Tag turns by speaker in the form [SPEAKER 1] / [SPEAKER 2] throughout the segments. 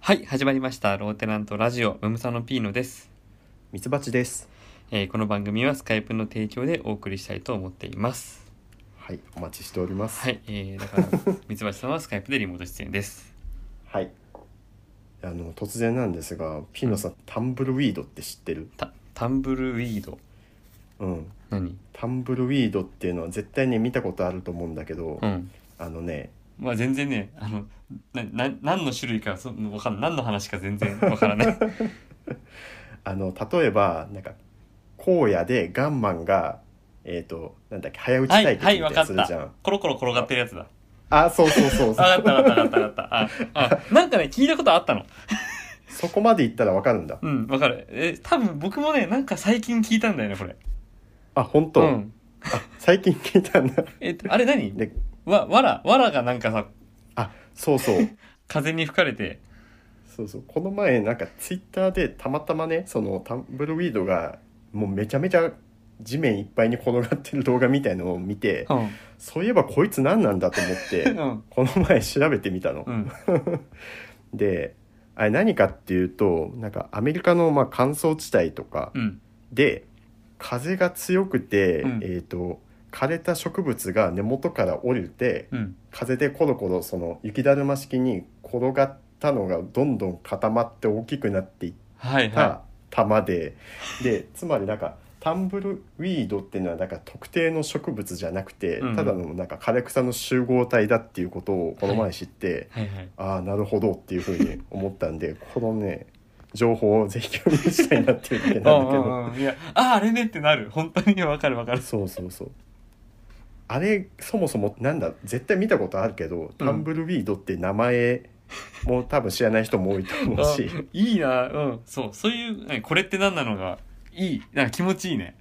[SPEAKER 1] はい始まりましたローテナントラジオムムサノピーノです、
[SPEAKER 2] ミツバチです。
[SPEAKER 1] えーこの番組はスカイプの提供でお送りしたいと思っています
[SPEAKER 2] はい、お待ちしております。
[SPEAKER 1] は。い、えー、だから 三橋さんはスカイプでリモート出演です
[SPEAKER 2] はい。あの突然なんですが、ピーノさん、タンブルウィードって知ってる？
[SPEAKER 1] タタンブルウィード
[SPEAKER 2] うん。
[SPEAKER 1] 何
[SPEAKER 2] タンブルウィードっていうのは絶対ね見たことあると思うんだけど、
[SPEAKER 1] うん
[SPEAKER 2] あのね、
[SPEAKER 1] まあ全然ねあのなな何の種類かそわかん何の話か全然わから ない
[SPEAKER 2] あの例えばなんか荒野でガンマンがえっ、となんだっけ早打ち
[SPEAKER 1] はい
[SPEAKER 2] 対
[SPEAKER 1] はい
[SPEAKER 2] 決
[SPEAKER 1] わ
[SPEAKER 2] みたい
[SPEAKER 1] か
[SPEAKER 2] な
[SPEAKER 1] っ
[SPEAKER 2] するじゃん。
[SPEAKER 1] たコロコロ転がってるやつだ
[SPEAKER 2] あ、そうそうそう
[SPEAKER 1] あ
[SPEAKER 2] そ
[SPEAKER 1] わ
[SPEAKER 2] う。
[SPEAKER 1] かったわかったわかったわかったああなんかね聞いたことあったの
[SPEAKER 2] そこまで言ったらわかるんだ。
[SPEAKER 1] うんわかるえ多分僕もねなんか最近聞いたんだよねこれ
[SPEAKER 2] あ、本当。
[SPEAKER 1] うん
[SPEAKER 2] 最近聞いたんだ。
[SPEAKER 1] えあれ何
[SPEAKER 2] で、
[SPEAKER 1] わわらわらがなんかさ
[SPEAKER 2] あ、そうそう。
[SPEAKER 1] 風に吹かれて
[SPEAKER 2] そうそうこの前なんかツイッターでたまたまねそのタンブルウィードがもうめちゃめちゃ地面いっぱいに転がってる動画みたいのを 見て
[SPEAKER 1] うん
[SPEAKER 2] そういえばこいつ何なんだと思っ
[SPEAKER 1] う
[SPEAKER 2] て
[SPEAKER 1] ん
[SPEAKER 2] この前調べてみたの。
[SPEAKER 1] うん
[SPEAKER 2] であれ何かっていうとなんかアメリカのまあ乾燥地帯とか
[SPEAKER 1] うん
[SPEAKER 2] で風が強くて、
[SPEAKER 1] うん
[SPEAKER 2] えー、と枯れた植物が根元から降りて
[SPEAKER 1] うん
[SPEAKER 2] 風でコロコロその雪だるま式に転がったのがどんどん固まって大きくなっていって。
[SPEAKER 1] はいは
[SPEAKER 2] た玉で、でつまりなんかタンブルウィードっていうのはなんか特定の植物じゃなくて、
[SPEAKER 1] うん
[SPEAKER 2] ただのなんか枯れ草の集合体だっていうことをこの前知って、
[SPEAKER 1] いはいはい
[SPEAKER 2] ああなるほどっていうふうに思ったんで このね情報をぜひ共有したいなっていうだけ
[SPEAKER 1] う
[SPEAKER 2] な
[SPEAKER 1] ん
[SPEAKER 2] んだ
[SPEAKER 1] う
[SPEAKER 2] けど、
[SPEAKER 1] んうんいやああれねってなる本当にわかるわかる
[SPEAKER 2] そうそうそう。あれそもそもなんだ絶対見たことあるけど、タンブルウィードって名前も多分知らない人も多いと思う し
[SPEAKER 1] あいいなうんそうそういうなんかこれって何なのがいいなんか気持ちいいね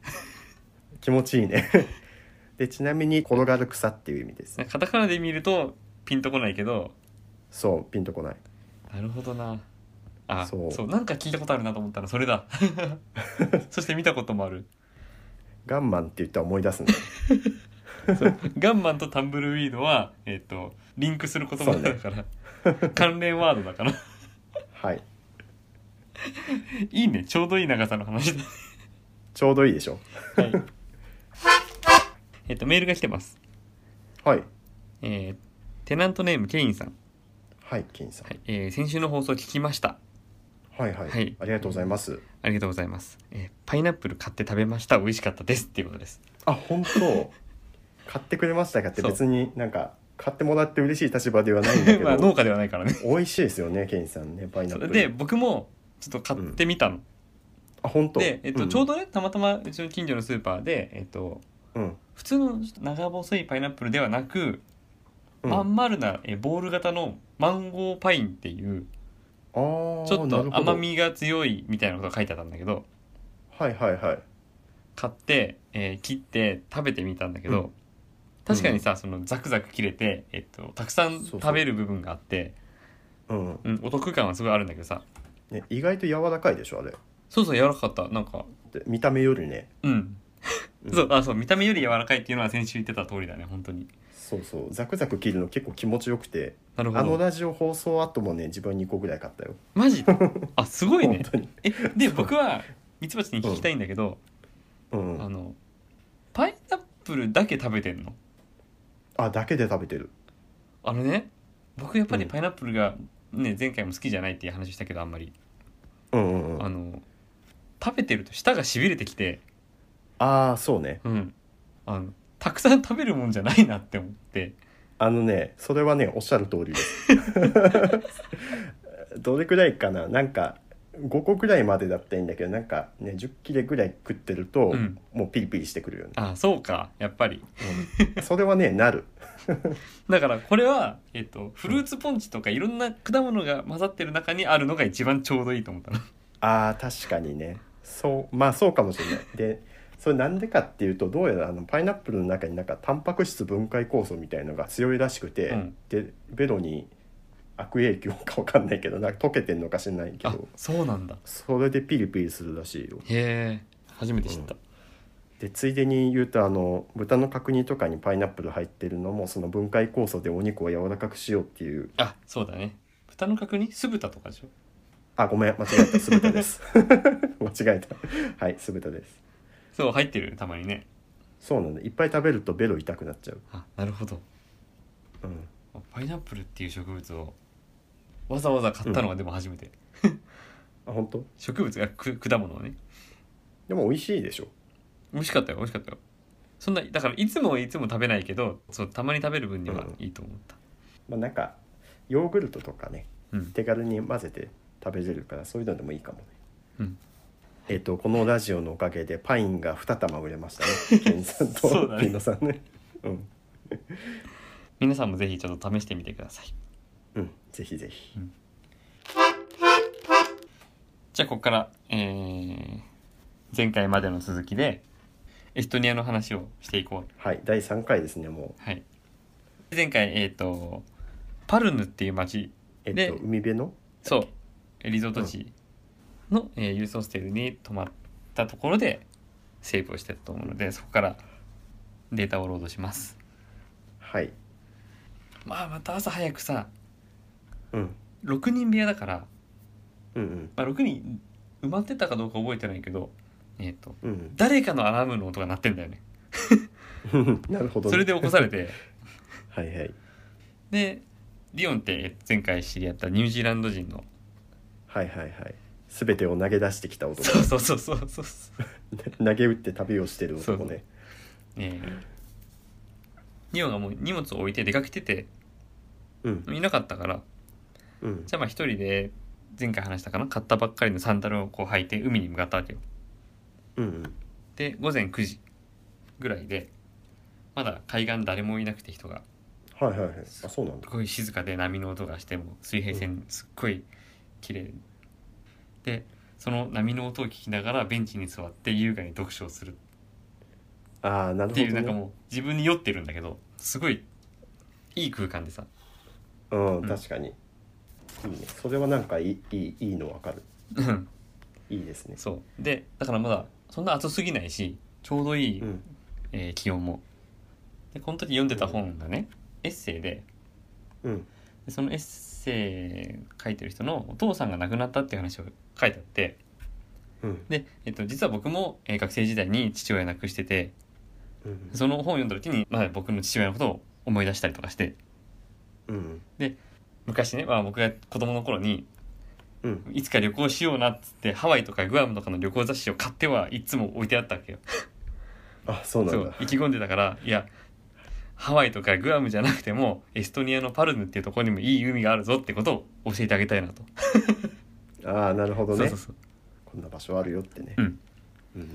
[SPEAKER 2] 気持ちいいね でちなみに転がる草っていう意味です
[SPEAKER 1] なんかカタカナで見るとピンとこないけど
[SPEAKER 2] そうピンとこない
[SPEAKER 1] なるほどなあそ
[SPEAKER 2] そうう
[SPEAKER 1] なんか聞いたことあるなと思ったらそれ だそして見たこともある
[SPEAKER 2] ガンマンって言ったら思い 出すね
[SPEAKER 1] そうガンマンとタンブルウィードはえっ、とリンクする言葉だから、関連ワードだから
[SPEAKER 2] はい
[SPEAKER 1] いいねちょうどいい長さの話だ
[SPEAKER 2] ちょうどいいでしょ
[SPEAKER 1] はい。えっと、メールが来てます。
[SPEAKER 2] はい
[SPEAKER 1] えーテナントネームケインさん。
[SPEAKER 2] はい金さん、
[SPEAKER 1] はい。えー先週の放送聞きました。
[SPEAKER 2] はい、はい
[SPEAKER 1] はい
[SPEAKER 2] ありがとうございます
[SPEAKER 1] ありがとうございます。えーパイナップル買って食べました。美味しかったです。っていうことです。
[SPEAKER 2] あ本当 買ってくれましたかって
[SPEAKER 1] そう
[SPEAKER 2] 別になんか買ってもらって嬉しい立場ではないんだ け
[SPEAKER 1] まあ、
[SPEAKER 2] ど、
[SPEAKER 1] 農家ではないからね。
[SPEAKER 2] 美味しいですよねケンさんねパイナップル
[SPEAKER 1] で、僕も、ちょっと買ってみたの。
[SPEAKER 2] あ本当
[SPEAKER 1] で、えっと、ちょうどね、たまたまうちの近所のスーパーで、えっと、
[SPEAKER 2] うん、
[SPEAKER 1] 普通の長細いパイナップルではなく、
[SPEAKER 2] うん、
[SPEAKER 1] ま
[SPEAKER 2] あ
[SPEAKER 1] ん丸なえーボール型のマンゴーパインっていう
[SPEAKER 2] あー
[SPEAKER 1] ちょっ
[SPEAKER 2] なる
[SPEAKER 1] と
[SPEAKER 2] ほど
[SPEAKER 1] 甘みが強いみたいなことが書いてあったんだけど
[SPEAKER 2] はいはいはい
[SPEAKER 1] 買って、えー切って食べてみたんだけど、
[SPEAKER 2] うん
[SPEAKER 1] 確かにさそのザクザク切れて、えっと、たくさん
[SPEAKER 2] そうそう
[SPEAKER 1] 食べる部分があって
[SPEAKER 2] うん、
[SPEAKER 1] う、ん、お得感はすごいあるんだけどさ
[SPEAKER 2] ね、意外と柔らかいでしょあれ
[SPEAKER 1] そうそう柔らかかったなんか
[SPEAKER 2] で見た目よりね
[SPEAKER 1] うん、
[SPEAKER 2] う ん
[SPEAKER 1] そうあそう見た目より柔らかいっていうのは先週言ってた通りだね本当に
[SPEAKER 2] そうそうザクザク切るの結構気持ちよくて
[SPEAKER 1] なるほ
[SPEAKER 2] あの
[SPEAKER 1] ど
[SPEAKER 2] ラジオ放送後もね自分2個ぐらい買ったよ
[SPEAKER 1] マジ あすごい
[SPEAKER 2] 本
[SPEAKER 1] ね
[SPEAKER 2] 当に
[SPEAKER 1] えで僕はミツバチに聞きたいんだけど、
[SPEAKER 2] うん
[SPEAKER 1] あ
[SPEAKER 2] あ
[SPEAKER 1] のパイナップルだけ食べてんの
[SPEAKER 2] だけで食べてる
[SPEAKER 1] あのね僕やっぱり
[SPEAKER 2] うん
[SPEAKER 1] パイナップルが、ね前回も好きじゃないっていう話したけどあんまり
[SPEAKER 2] うんうんうん
[SPEAKER 1] あ
[SPEAKER 2] あ
[SPEAKER 1] の食べてると舌がしびれてきて、
[SPEAKER 2] あーそうね
[SPEAKER 1] うん、あのたくさん食べるもんじゃないなって思って
[SPEAKER 2] あのねそれはねおっしゃる通りです どれくらいかななんか5個くらいまでだったらいいんだけどなんかね10切れぐらい食ってると、
[SPEAKER 1] うん
[SPEAKER 2] もうピリピリしてくるよね、
[SPEAKER 1] あそうかやっぱり
[SPEAKER 2] うんそれはねなる
[SPEAKER 1] だからこれは、えっとフルーツポンチとかいろんな果物が混ざってる中にあるのが一番ちょうどいいと思ったの
[SPEAKER 2] あー確かにねそうまあそうかもしれないでそれなんでかっていうとどうやらあのパイナップルの中になんかタンパク質分解酵素みたいのが強いらしくて、
[SPEAKER 1] うん
[SPEAKER 2] でベロに悪影響かわかんないけどなんか溶けてんのか知らないけ
[SPEAKER 1] あ
[SPEAKER 2] ど
[SPEAKER 1] そうなんだ
[SPEAKER 2] それでピリピリするらしいよ
[SPEAKER 1] へえ初めて知った、
[SPEAKER 2] でついでに言うとあの豚の角煮とかにパイナップル入ってるのもその分解酵素でお肉を柔らかくしようっていう
[SPEAKER 1] あそうだね豚の角煮酢豚とかでしょ
[SPEAKER 2] あごめん間違えた酢豚です 間違えたはい酢豚です
[SPEAKER 1] そう入ってるよねたまにね
[SPEAKER 2] そうなんだいっぱい食べるとベロ痛くなっちゃう
[SPEAKER 1] あなるほど
[SPEAKER 2] うん
[SPEAKER 1] パイナップルっていう植物をわざわざ買ったのはでも初めて、
[SPEAKER 2] あ本当
[SPEAKER 1] 植物がく果物をね
[SPEAKER 2] でも美味しいでしょ
[SPEAKER 1] 美味しかったよ美味しかったよそんなだからいつもはいつも食べないけどそうたまに食べる分には
[SPEAKER 2] うん
[SPEAKER 1] いいと思った
[SPEAKER 2] まあなんかヨーグルトとかね
[SPEAKER 1] うん、
[SPEAKER 2] 手軽に混ぜて食べれるからそういうのでもいいかもね
[SPEAKER 1] うん、
[SPEAKER 2] えっとこのラジオのおかげでパインが2玉売れ ましたねケンさんと
[SPEAKER 1] そうだね
[SPEAKER 2] ピーノさんねうん
[SPEAKER 1] 皆さんもぜひちょっと試してみてください
[SPEAKER 2] うんぜひぜひ
[SPEAKER 1] じゃあここから、えー前回までの続きでエストニアの話をしていこう
[SPEAKER 2] はい第3回ですねもう
[SPEAKER 1] はい前回えっ、とパルヌっていう町
[SPEAKER 2] えっ
[SPEAKER 1] で
[SPEAKER 2] と海辺の
[SPEAKER 1] そうリゾート地の、えーユースホステルに泊まったところでセーブをしてたと思うのでそこからデータをロードします
[SPEAKER 2] はい
[SPEAKER 1] まあまた朝早くさ
[SPEAKER 2] うん
[SPEAKER 1] 6人部屋だから、
[SPEAKER 2] うんうん
[SPEAKER 1] まあ、6人埋まってたかどうか覚えてないけどえっ、と
[SPEAKER 2] うん
[SPEAKER 1] 誰かのアラームの音が鳴ってんだよね
[SPEAKER 2] うん、 なるほど、ね、
[SPEAKER 1] それで起こされ て
[SPEAKER 2] はいはい
[SPEAKER 1] でリオンって前回知り合ったニュージーランド人の
[SPEAKER 2] はいはいはい全てを投げ出してきた男
[SPEAKER 1] そうそうそうそうそう
[SPEAKER 2] 投げ打って旅をしてる男ね
[SPEAKER 1] ええリオンがもう荷物を置いて出かけてて
[SPEAKER 2] うん
[SPEAKER 1] いなかったから
[SPEAKER 2] うん
[SPEAKER 1] じゃあまあ一人で前回話したかな買ったばっかりのサンダルをこう履いて海に向かったわけよ
[SPEAKER 2] うんうん
[SPEAKER 1] で午前9時ぐらいでまだ海岸誰もいなくて人が
[SPEAKER 2] はいはいはいあそうなんだ
[SPEAKER 1] すごい静かで波の音がしても水平線すっごい綺麗でその波の音を聞きながらベンチに座って優雅に読書をする
[SPEAKER 2] ああな
[SPEAKER 1] っ
[SPEAKER 2] るほ
[SPEAKER 1] て
[SPEAKER 2] ど、
[SPEAKER 1] いうなんか
[SPEAKER 2] ね、
[SPEAKER 1] もう自分に酔ってるんだけどすごいいい空間でさ
[SPEAKER 2] うん、
[SPEAKER 1] うん
[SPEAKER 2] 確かにいいねそれはなんかいいいいいいのわかる
[SPEAKER 1] うん
[SPEAKER 2] いいですね
[SPEAKER 1] そうでだからまだそんな暑すぎないしちょうどいい、
[SPEAKER 2] うん
[SPEAKER 1] えー気温もでこの時読んでた本がね、エッセイで
[SPEAKER 2] うん
[SPEAKER 1] でそのエッセイ書いてる人のお父さんが亡くなったっていう話を書いてあって
[SPEAKER 2] うん
[SPEAKER 1] で、えっと実は僕も、えー学生時代に父親亡くしてて
[SPEAKER 2] うん
[SPEAKER 1] その本を読んだ時に、まあ、僕の父親のことを思い出したりとかして
[SPEAKER 2] うん
[SPEAKER 1] 昔ね、まあ、僕が子供の頃に
[SPEAKER 2] うん
[SPEAKER 1] いつか旅行しようなっつってハワイとかグアムとかの旅行雑誌を買ってはいつも置いてあったわけよ。
[SPEAKER 2] あそうな
[SPEAKER 1] そ
[SPEAKER 2] ん
[SPEAKER 1] う
[SPEAKER 2] だ
[SPEAKER 1] 意気込んでたからいやハワイとかグアムじゃなくてもエストニアのパルヌっていうところにもいい海があるぞってことを教えてあげたいなと、
[SPEAKER 2] ああなるほど
[SPEAKER 1] そう
[SPEAKER 2] ね
[SPEAKER 1] そうそう
[SPEAKER 2] こんな場所あるよってね
[SPEAKER 1] うん
[SPEAKER 2] うん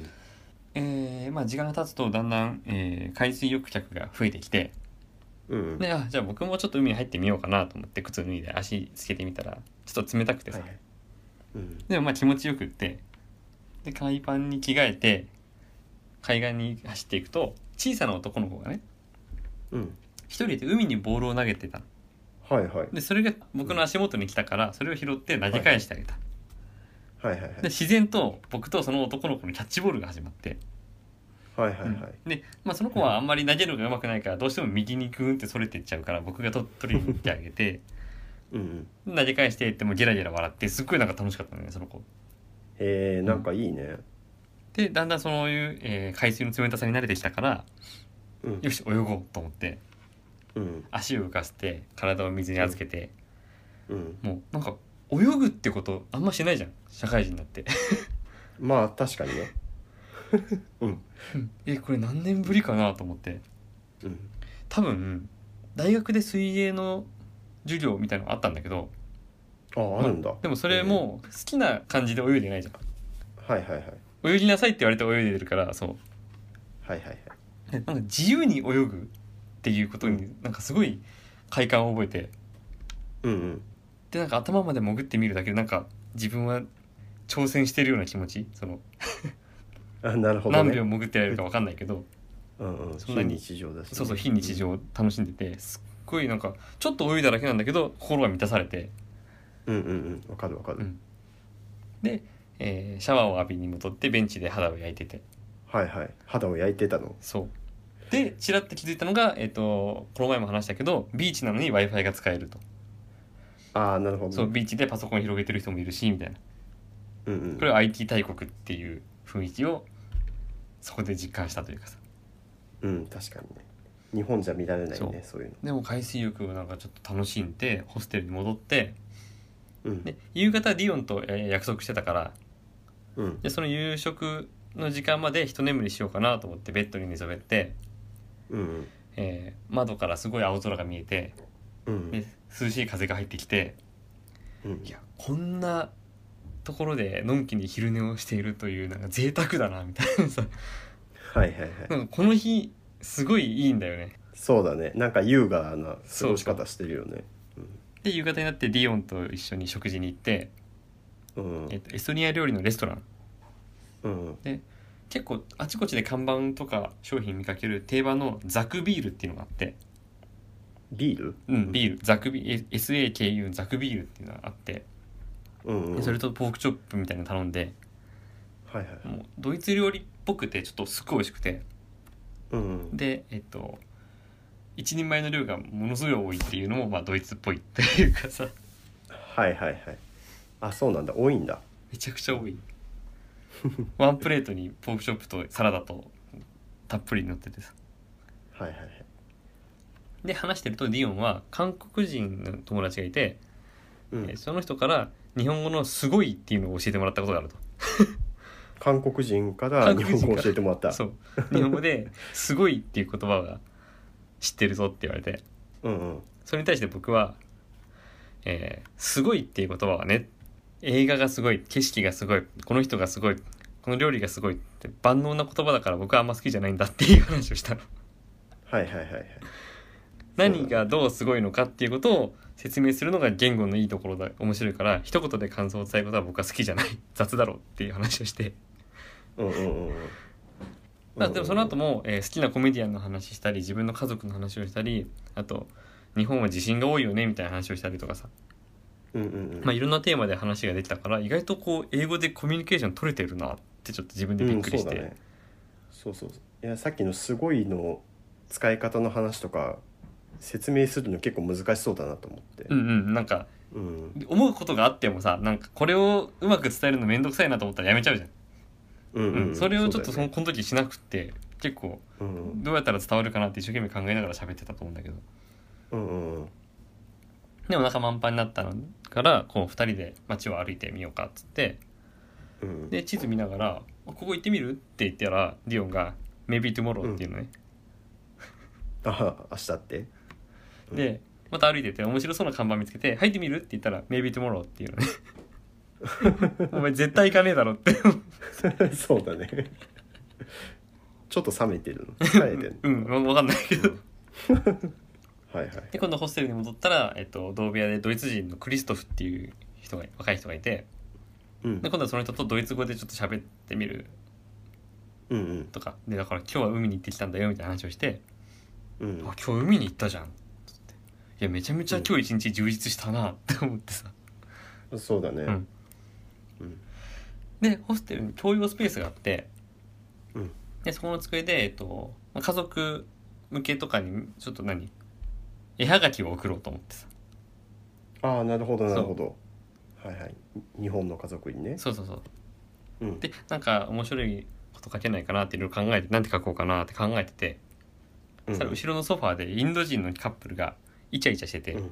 [SPEAKER 1] えーまあ時間が経つとだんだん、えー海水浴客が増えてきて
[SPEAKER 2] うんうん
[SPEAKER 1] であじゃあ僕もちょっと海に入ってみようかなと思って靴脱いで足つけてみたらちょっと冷たくて
[SPEAKER 2] は
[SPEAKER 1] さ、
[SPEAKER 2] いはいうん
[SPEAKER 1] でもまあ気持ちよくってで海パンに着替えて海岸に走っていくと小さな男の子がね
[SPEAKER 2] うん
[SPEAKER 1] 一人で海にボールを投げてたの
[SPEAKER 2] はいはい
[SPEAKER 1] でそれが僕の足元に来たからそれを拾って投げ返してあげた、
[SPEAKER 2] はいはいはい
[SPEAKER 1] で自然と僕とその男の子のキャッチボールが始まって、
[SPEAKER 2] はいはいはい
[SPEAKER 1] うんで、まあ、その子はあんまり投げるのがうまくないからどうしても右にグーンってそれていっちゃうから僕がと取りに行ってあげて
[SPEAKER 2] うんうん
[SPEAKER 1] 投げ返してってもうゲラゲラ笑ってすっごいなんか楽しかったのねその子
[SPEAKER 2] へえなんかいいね
[SPEAKER 1] でだんだんそういう、えー海水の冷たさに慣れてきたから
[SPEAKER 2] うん
[SPEAKER 1] よし泳ごうと思って
[SPEAKER 2] うん
[SPEAKER 1] 足を浮かせて体を水に預けて、
[SPEAKER 2] うん
[SPEAKER 1] もうなんか泳ぐってことあんましないじゃん社会人になって
[SPEAKER 2] まあ確かにねうん
[SPEAKER 1] えこれ何年ぶりかなと思って
[SPEAKER 2] うん
[SPEAKER 1] 多分大学で水泳の授業みたいのがあったんだけど
[SPEAKER 2] ああるんだ
[SPEAKER 1] まあでもそれも好きな感じで泳いでないじゃ
[SPEAKER 2] はいはいはい
[SPEAKER 1] ん泳ぎなさいって言われて泳いでるからそう
[SPEAKER 2] はいはいはい
[SPEAKER 1] え なんか自由に泳ぐっていうことになんかすごい快感を覚えて
[SPEAKER 2] うんうん
[SPEAKER 1] でなんか頭まで潜ってみるだけでなんか自分は挑戦してるような気持ちその
[SPEAKER 2] あなるほど
[SPEAKER 1] 何
[SPEAKER 2] ね
[SPEAKER 1] 秒潜ってられるか分かんないけど
[SPEAKER 2] うんうん
[SPEAKER 1] そんな
[SPEAKER 2] 非
[SPEAKER 1] に
[SPEAKER 2] 日常だしね
[SPEAKER 1] そうそう非日常を楽しんでてすっごいなんかちょっと泳いだだけなんだけど心が満たされて
[SPEAKER 2] うんうんうんわかるわかる
[SPEAKER 1] うんで、えーシャワーを浴びに戻ってベンチで肌を焼いてて
[SPEAKER 2] はいはい肌を焼いてたの
[SPEAKER 1] そうでちらっと気づいたのが、えー、とこの前も話したけどビーチなのに w i f i が使えると
[SPEAKER 2] ああなるほ
[SPEAKER 1] そ
[SPEAKER 2] ど
[SPEAKER 1] う
[SPEAKER 2] ね、
[SPEAKER 1] ビーチでパソコン広げてる人もいるしみたいな
[SPEAKER 2] うんうん、
[SPEAKER 1] これは IT 大国っていう雰囲気をそこで実感したというかさ
[SPEAKER 2] うん確かにね日本じゃ見られないねそういうの
[SPEAKER 1] でも海水浴をなんかちょっと楽しんでホステルに戻って
[SPEAKER 2] うん、
[SPEAKER 1] で夕方ディオンとえー約束してたから
[SPEAKER 2] うん
[SPEAKER 1] でその夕食の時間まで一眠りしようかなと思ってベッドに寝そべって、
[SPEAKER 2] うんうん
[SPEAKER 1] えー窓からすごい青空が見えて
[SPEAKER 2] うん
[SPEAKER 1] で涼しい風が入ってきて
[SPEAKER 2] うん
[SPEAKER 1] いやこんなところでのんきに昼寝をしているというなんか贅沢だなみたいなさ
[SPEAKER 2] はいはいはい
[SPEAKER 1] なんかこの日すごいいいんだよね。
[SPEAKER 2] そうだねなんか優雅な過
[SPEAKER 1] そう
[SPEAKER 2] ごし方してるよね
[SPEAKER 1] で夕方になってディオンと一緒に食事に行って、
[SPEAKER 2] うん
[SPEAKER 1] えっと、エストニア料理のレストラン
[SPEAKER 2] うん
[SPEAKER 1] 結構あちこちで看板とか商品見かける定番のザクビールっていうのがあって
[SPEAKER 2] ビール
[SPEAKER 1] うん、ビールザクビ SAKU ザクビールっていうのがあって
[SPEAKER 2] うんうん
[SPEAKER 1] でそれとポークチョップみたいなの頼んで
[SPEAKER 2] はいはい
[SPEAKER 1] もうドイツ料理っぽくてちょっとすっごい美味しくて
[SPEAKER 2] うん
[SPEAKER 1] でえっと一人前の量がものすごい多いっていうのもまあドイツっぽいっていうかさ
[SPEAKER 2] はいはいはいあそうなんだ多いんだ
[SPEAKER 1] めちゃくちゃ多いワンプレートにポークチョップとサラダとたっぷり乗っててさ
[SPEAKER 2] はいはいはい
[SPEAKER 1] で話してるとディオンは韓国人の友達がいて、
[SPEAKER 2] う
[SPEAKER 1] え
[SPEAKER 2] ん
[SPEAKER 1] ーその人から日本語の「すごい」っていうのを教えてもらったことがあると
[SPEAKER 2] 韓国人から
[SPEAKER 1] 韓
[SPEAKER 2] 日
[SPEAKER 1] 国
[SPEAKER 2] 本
[SPEAKER 1] 人から
[SPEAKER 2] 語を教えてもらった
[SPEAKER 1] そう日本語で「すごい」っていう言葉が知ってるぞって言われて
[SPEAKER 2] うんうん
[SPEAKER 1] それに対して僕は「えーすごい」っていう言葉はね映画がすごい景色がすごいこの人がすごいこの料理がすごいって万能な言葉だから僕はあんま好きじゃないんだっていう話をしたの
[SPEAKER 2] はいはいはいはい
[SPEAKER 1] 何がどうすごいのかっていうことを説明するのが言語のいいところだ面白いから一言で感想を伝えることは僕は好きじゃない雑だろうっていう話をして
[SPEAKER 2] うんうんうんうん
[SPEAKER 1] まあ、でもその後も、えー好きなコメディアンの話したり自分の家族の話をしたりあと日本は地震が多いよねみたいな話をしたりとかさ、
[SPEAKER 2] うんうんうん
[SPEAKER 1] まあ、いろんなテーマで話ができたから意外とこう英語でコミュニケーション取れてるなってちょっと自分でびっくりして、
[SPEAKER 2] うんそうだね、そうそうそういやさっきの「すごい」の使い方の話とか説明するの結構難しそうだなと思って、
[SPEAKER 1] うんうんなんか
[SPEAKER 2] うん
[SPEAKER 1] 思うことがあってもさなんかこれをうまく伝えるの面倒くさいなと思ったらやめちゃうじゃん、
[SPEAKER 2] うん
[SPEAKER 1] うんそれをちょっとそ
[SPEAKER 2] そうだよ
[SPEAKER 1] の
[SPEAKER 2] ね
[SPEAKER 1] この時しなくって結構
[SPEAKER 2] うん
[SPEAKER 1] どうやったら伝わるかなって一生懸命考えながら喋ってたと思うんだけど
[SPEAKER 2] うんうんうん
[SPEAKER 1] でお腹満杯になったのからこう2人で街を歩いてみようかっつって
[SPEAKER 2] うん
[SPEAKER 1] で地図見ながら「ここ行ってみる?」って言ったらディオンが「Maybe tomorrow」っていうのね、
[SPEAKER 2] あ明日って うん
[SPEAKER 1] でまた歩いてて面白そうな看板見つけて「入ってみる?」って言ったら「Maybe tomorrow」っていうの ねお前絶対行かねえだろって
[SPEAKER 2] そうだねちょっと冷めてるの疲れてる
[SPEAKER 1] うんわわかんないけど
[SPEAKER 2] はいはい
[SPEAKER 1] で今度ホステルに戻ったら、えっと、同部屋でドイツ人のクリストフっていう人が若い人がいて
[SPEAKER 2] うん
[SPEAKER 1] で今度はその人とドイツ語でちょっと喋ってみる
[SPEAKER 2] うんうん
[SPEAKER 1] とかでだから今日は海に行ってきたんだよみたいな話をして
[SPEAKER 2] う
[SPEAKER 1] 「あ
[SPEAKER 2] ん
[SPEAKER 1] 今日海に行ったじゃん」っつっていやめちゃめちゃ今日一日充実したなって思ってさ
[SPEAKER 2] そうだね
[SPEAKER 1] うん
[SPEAKER 2] うん
[SPEAKER 1] でホステルに共用スペースがあって、
[SPEAKER 2] うん
[SPEAKER 1] でそこの机で、えっと、まあ家族向けとかにちょっと何絵はがきを送ろうと思ってさ
[SPEAKER 2] ああなるほどなるほどはいはい日本の家族にね
[SPEAKER 1] そうそうそう
[SPEAKER 2] うん
[SPEAKER 1] でなんか面白いこと書けないかなっていろいろ考えてなんて書こうかなって考えてて、そ
[SPEAKER 2] うん
[SPEAKER 1] したら後ろのソファーでインド人のカップルがイチャイチャしてて、
[SPEAKER 2] うん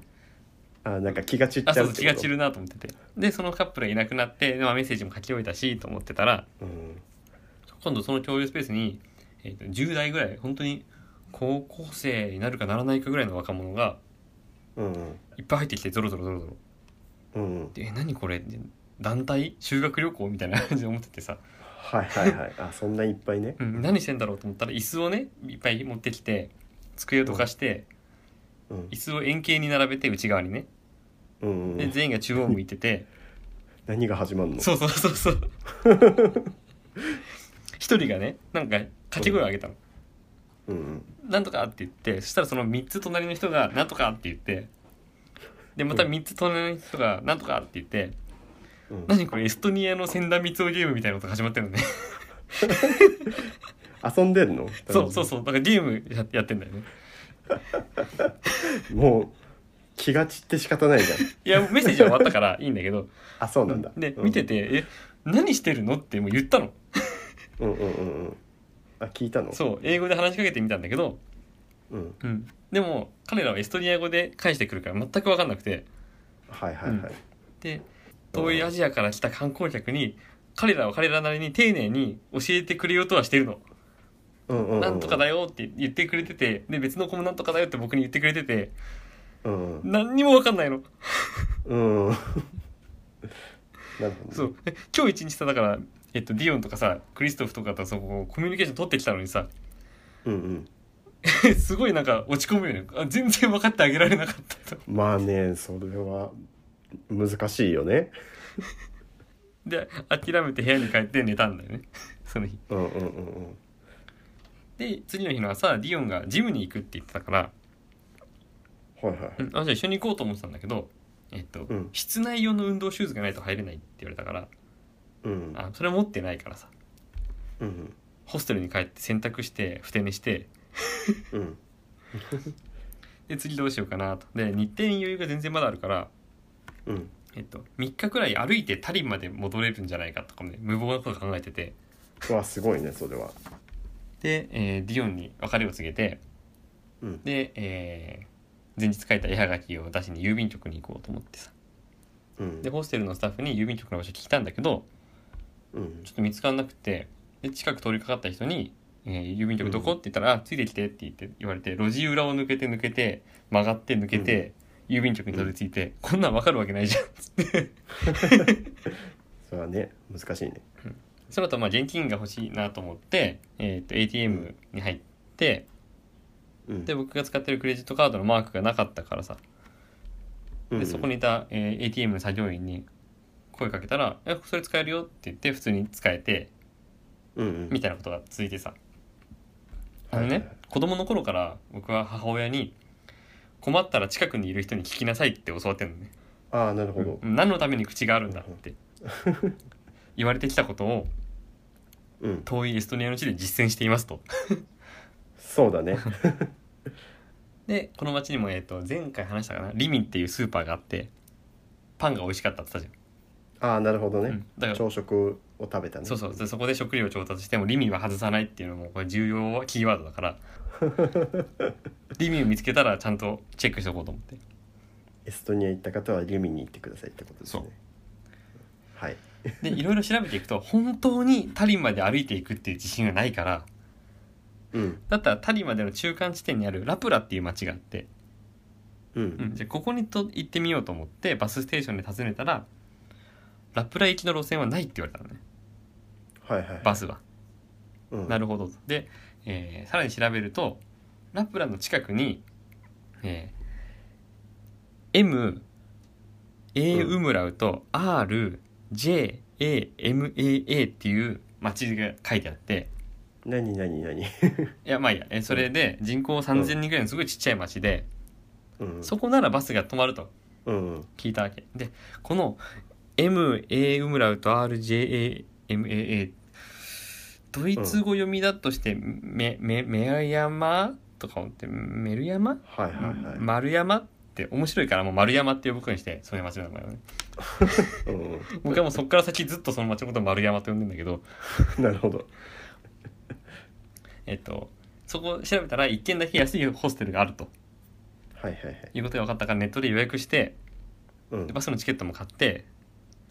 [SPEAKER 2] あなんか気が散っ
[SPEAKER 1] あ
[SPEAKER 2] ち
[SPEAKER 1] そ
[SPEAKER 2] ゃ
[SPEAKER 1] う
[SPEAKER 2] う
[SPEAKER 1] そう
[SPEAKER 2] ってこ
[SPEAKER 1] 気
[SPEAKER 2] と
[SPEAKER 1] が散るなと思っててでそのカップルがいなくなって、まあ、メッセージも書き終えたしと思ってたら
[SPEAKER 2] うん
[SPEAKER 1] 今度その共有スペースに、えー、と10代ぐらい本当に高校生になるかならないかぐらいの若者が
[SPEAKER 2] うん
[SPEAKER 1] いっぱい入ってきてゾロゾロゾロゾロ
[SPEAKER 2] うん
[SPEAKER 1] で「え何これ?」団体修学旅行みたいな感じで思っててさ、
[SPEAKER 2] はいはいはいあそんないっぱいね
[SPEAKER 1] うん、何してんだろうと思ったら椅子をねいっぱい持ってきて机をどかして、
[SPEAKER 2] うん
[SPEAKER 1] 椅子を円形に並べて内側にね
[SPEAKER 2] うんう
[SPEAKER 1] で
[SPEAKER 2] ん
[SPEAKER 1] 全員が中央向いてて、
[SPEAKER 2] 何が始まるの
[SPEAKER 1] そうそうそうそう 一人がねなんか掛け声を上げたの
[SPEAKER 2] うん
[SPEAKER 1] なんとかって言ってそしたらその3つ隣の人が「なんとか」って言ってでまた3つ隣の人が「なんとか」って言って「
[SPEAKER 2] うん
[SPEAKER 1] 何これエストニアの千田光雄ゲームみたいなことが始まってるの ね
[SPEAKER 2] 遊んでんの
[SPEAKER 1] そうそうそうだからゲームややってんだよね
[SPEAKER 2] もう気が散って仕方ないじゃん
[SPEAKER 1] いやメッセージは終わったからいいんだけど
[SPEAKER 2] あそうなんだ
[SPEAKER 1] で
[SPEAKER 2] うん
[SPEAKER 1] 見てて「え何してるの?」ってもう言ったの
[SPEAKER 2] うんうんうんうんあ聞いたの
[SPEAKER 1] そう英語で話しかけてみたんだけど、
[SPEAKER 2] うん
[SPEAKER 1] うん、でも彼らはエストニア語で返してくるから全く分かんなくて
[SPEAKER 2] はいはいはい、
[SPEAKER 1] で遠いアジアから来た観光客に彼らは彼らなりに丁寧に教えてくれようとはしてるの。
[SPEAKER 2] うんうんうん、
[SPEAKER 1] なんとかだよって言ってくれててで別の子もなんとかだよって僕に言ってくれてて
[SPEAKER 2] うんうん
[SPEAKER 1] 何にも分かんないの。
[SPEAKER 2] うんうん なるほどね
[SPEAKER 1] そうえ今日一日さだから、えっと、ディオンとかさクリストフとかとそこコミュニケーション取ってきたのにさ
[SPEAKER 2] うんうん
[SPEAKER 1] すごいなんか落ち込むよねあ全然分かってあげられなかったと
[SPEAKER 2] まあねそれは難しいよね
[SPEAKER 1] で諦めて部屋に帰って寝たんだよねその日
[SPEAKER 2] うんうんうん
[SPEAKER 1] で次の日の朝ディオンがジムに行くって言ってたから、
[SPEAKER 2] うんはいはい
[SPEAKER 1] うん、あじゃあ一緒に行こうと思ってたんだけどえっと、
[SPEAKER 2] うん
[SPEAKER 1] 室内用の運動シューズがないと入れないって言われたから
[SPEAKER 2] うん
[SPEAKER 1] あそれ持ってないからさ
[SPEAKER 2] うん
[SPEAKER 1] ホステルに帰って洗濯してふて寝して
[SPEAKER 2] うん
[SPEAKER 1] で次どうしようかなとで日程に余裕が全然まだあるから
[SPEAKER 2] うん
[SPEAKER 1] えっと、3日くらい歩いてタリまで戻れるんじゃないかとかね無謀なこと考えてて
[SPEAKER 2] うわすごいねそれは
[SPEAKER 1] で、えーディオンに別れを告げて
[SPEAKER 2] うん
[SPEAKER 1] で、えー前日書いた絵はがきを出しに郵便局に行こうと思ってさ
[SPEAKER 2] うん
[SPEAKER 1] でホステルのスタッフに郵便局の場所聞いたんだけど
[SPEAKER 2] うん
[SPEAKER 1] ちょっと見つからなくてで近く通りかかった人に「えー郵便局どこ?」って言ったらあ「ついてきて」って言って言われて路地裏を抜けて抜けて曲がって抜けて、郵便局にたどり着いて「こんなん分かるわけないじゃん」つって
[SPEAKER 2] それはね難しいね
[SPEAKER 1] その後まあ現金が欲しいなと思って、えー、と ATM に入って
[SPEAKER 2] うん
[SPEAKER 1] で僕が使ってるクレジットカードのマークがなかったからさ
[SPEAKER 2] うんう
[SPEAKER 1] で
[SPEAKER 2] ん
[SPEAKER 1] そこにいた、えー ATM の作業員に声かけたら「えそれ使えるよ」って言って普通に使えて
[SPEAKER 2] うんうん
[SPEAKER 1] みたいなことが続いてさあ
[SPEAKER 2] はい
[SPEAKER 1] の
[SPEAKER 2] はいはい
[SPEAKER 1] ね子供の頃から僕は母親に困ったら近くにいる人に聞きなさいって教わってるのね
[SPEAKER 2] ああなるほど
[SPEAKER 1] うん何のために口があるんだって 言われてきたことを
[SPEAKER 2] うん
[SPEAKER 1] 遠いエストニアの地で実践していますと
[SPEAKER 2] そうだね
[SPEAKER 1] でこの町にも、えー、と前回話したかなリミンっていうスーパーがあってパンが美味しかったって言ったじ
[SPEAKER 2] ああなるほど
[SPEAKER 1] ゃん、う
[SPEAKER 2] ね
[SPEAKER 1] ん、だから
[SPEAKER 2] 朝食を食べたね
[SPEAKER 1] そうそうでそこで食料を調達してもリミンは外さないっていうのもこれ重要キーワードだから リミンを見つけたらちゃんとチェックしておこうと思って
[SPEAKER 2] エストニア行った方はリミに行ってくださいってことですね
[SPEAKER 1] そう
[SPEAKER 2] はい
[SPEAKER 1] でいろいろ調べていくと本当にタリンまで歩いていくっていう自信がないから
[SPEAKER 2] うん
[SPEAKER 1] だったらタリンまでの中間地点にあるラプラっていう町があって、
[SPEAKER 2] う
[SPEAKER 1] うんん、じゃあここにと行ってみようと思ってバスステーションで訪ねたらラプラ行きの路線はないって言われたのね
[SPEAKER 2] はいはい
[SPEAKER 1] バスは。
[SPEAKER 2] うん
[SPEAKER 1] なるほどとで、えーさらに調べるとラプラの近くに、えー M A
[SPEAKER 2] うん
[SPEAKER 1] ウムラウと R J A M A A っていう町が書いてあって
[SPEAKER 2] 何何何
[SPEAKER 1] いやまあいいや、えーそれで人口3,000人ぐらいのすごいちっちゃい町で、
[SPEAKER 2] うん
[SPEAKER 1] そこならバスが止まると
[SPEAKER 2] うんうん
[SPEAKER 1] 聞いたわけでこの M A ウムラウと R J A M A A ドイツ語読みだとして、メメメア山とか思ってメル山、
[SPEAKER 2] はいはいはい
[SPEAKER 1] 丸山って面白いからもう丸山って呼ぶことにしてその町の名前をね
[SPEAKER 2] うん
[SPEAKER 1] 僕はもうそっから先ずっとその町のことを丸山と呼んでんだけど
[SPEAKER 2] なるほど
[SPEAKER 1] えっとそこを調べたら一軒だけ安いホステルがあると
[SPEAKER 2] はいはいはい
[SPEAKER 1] いうことが分かったからネットで予約して
[SPEAKER 2] うん
[SPEAKER 1] でバスのチケットも買って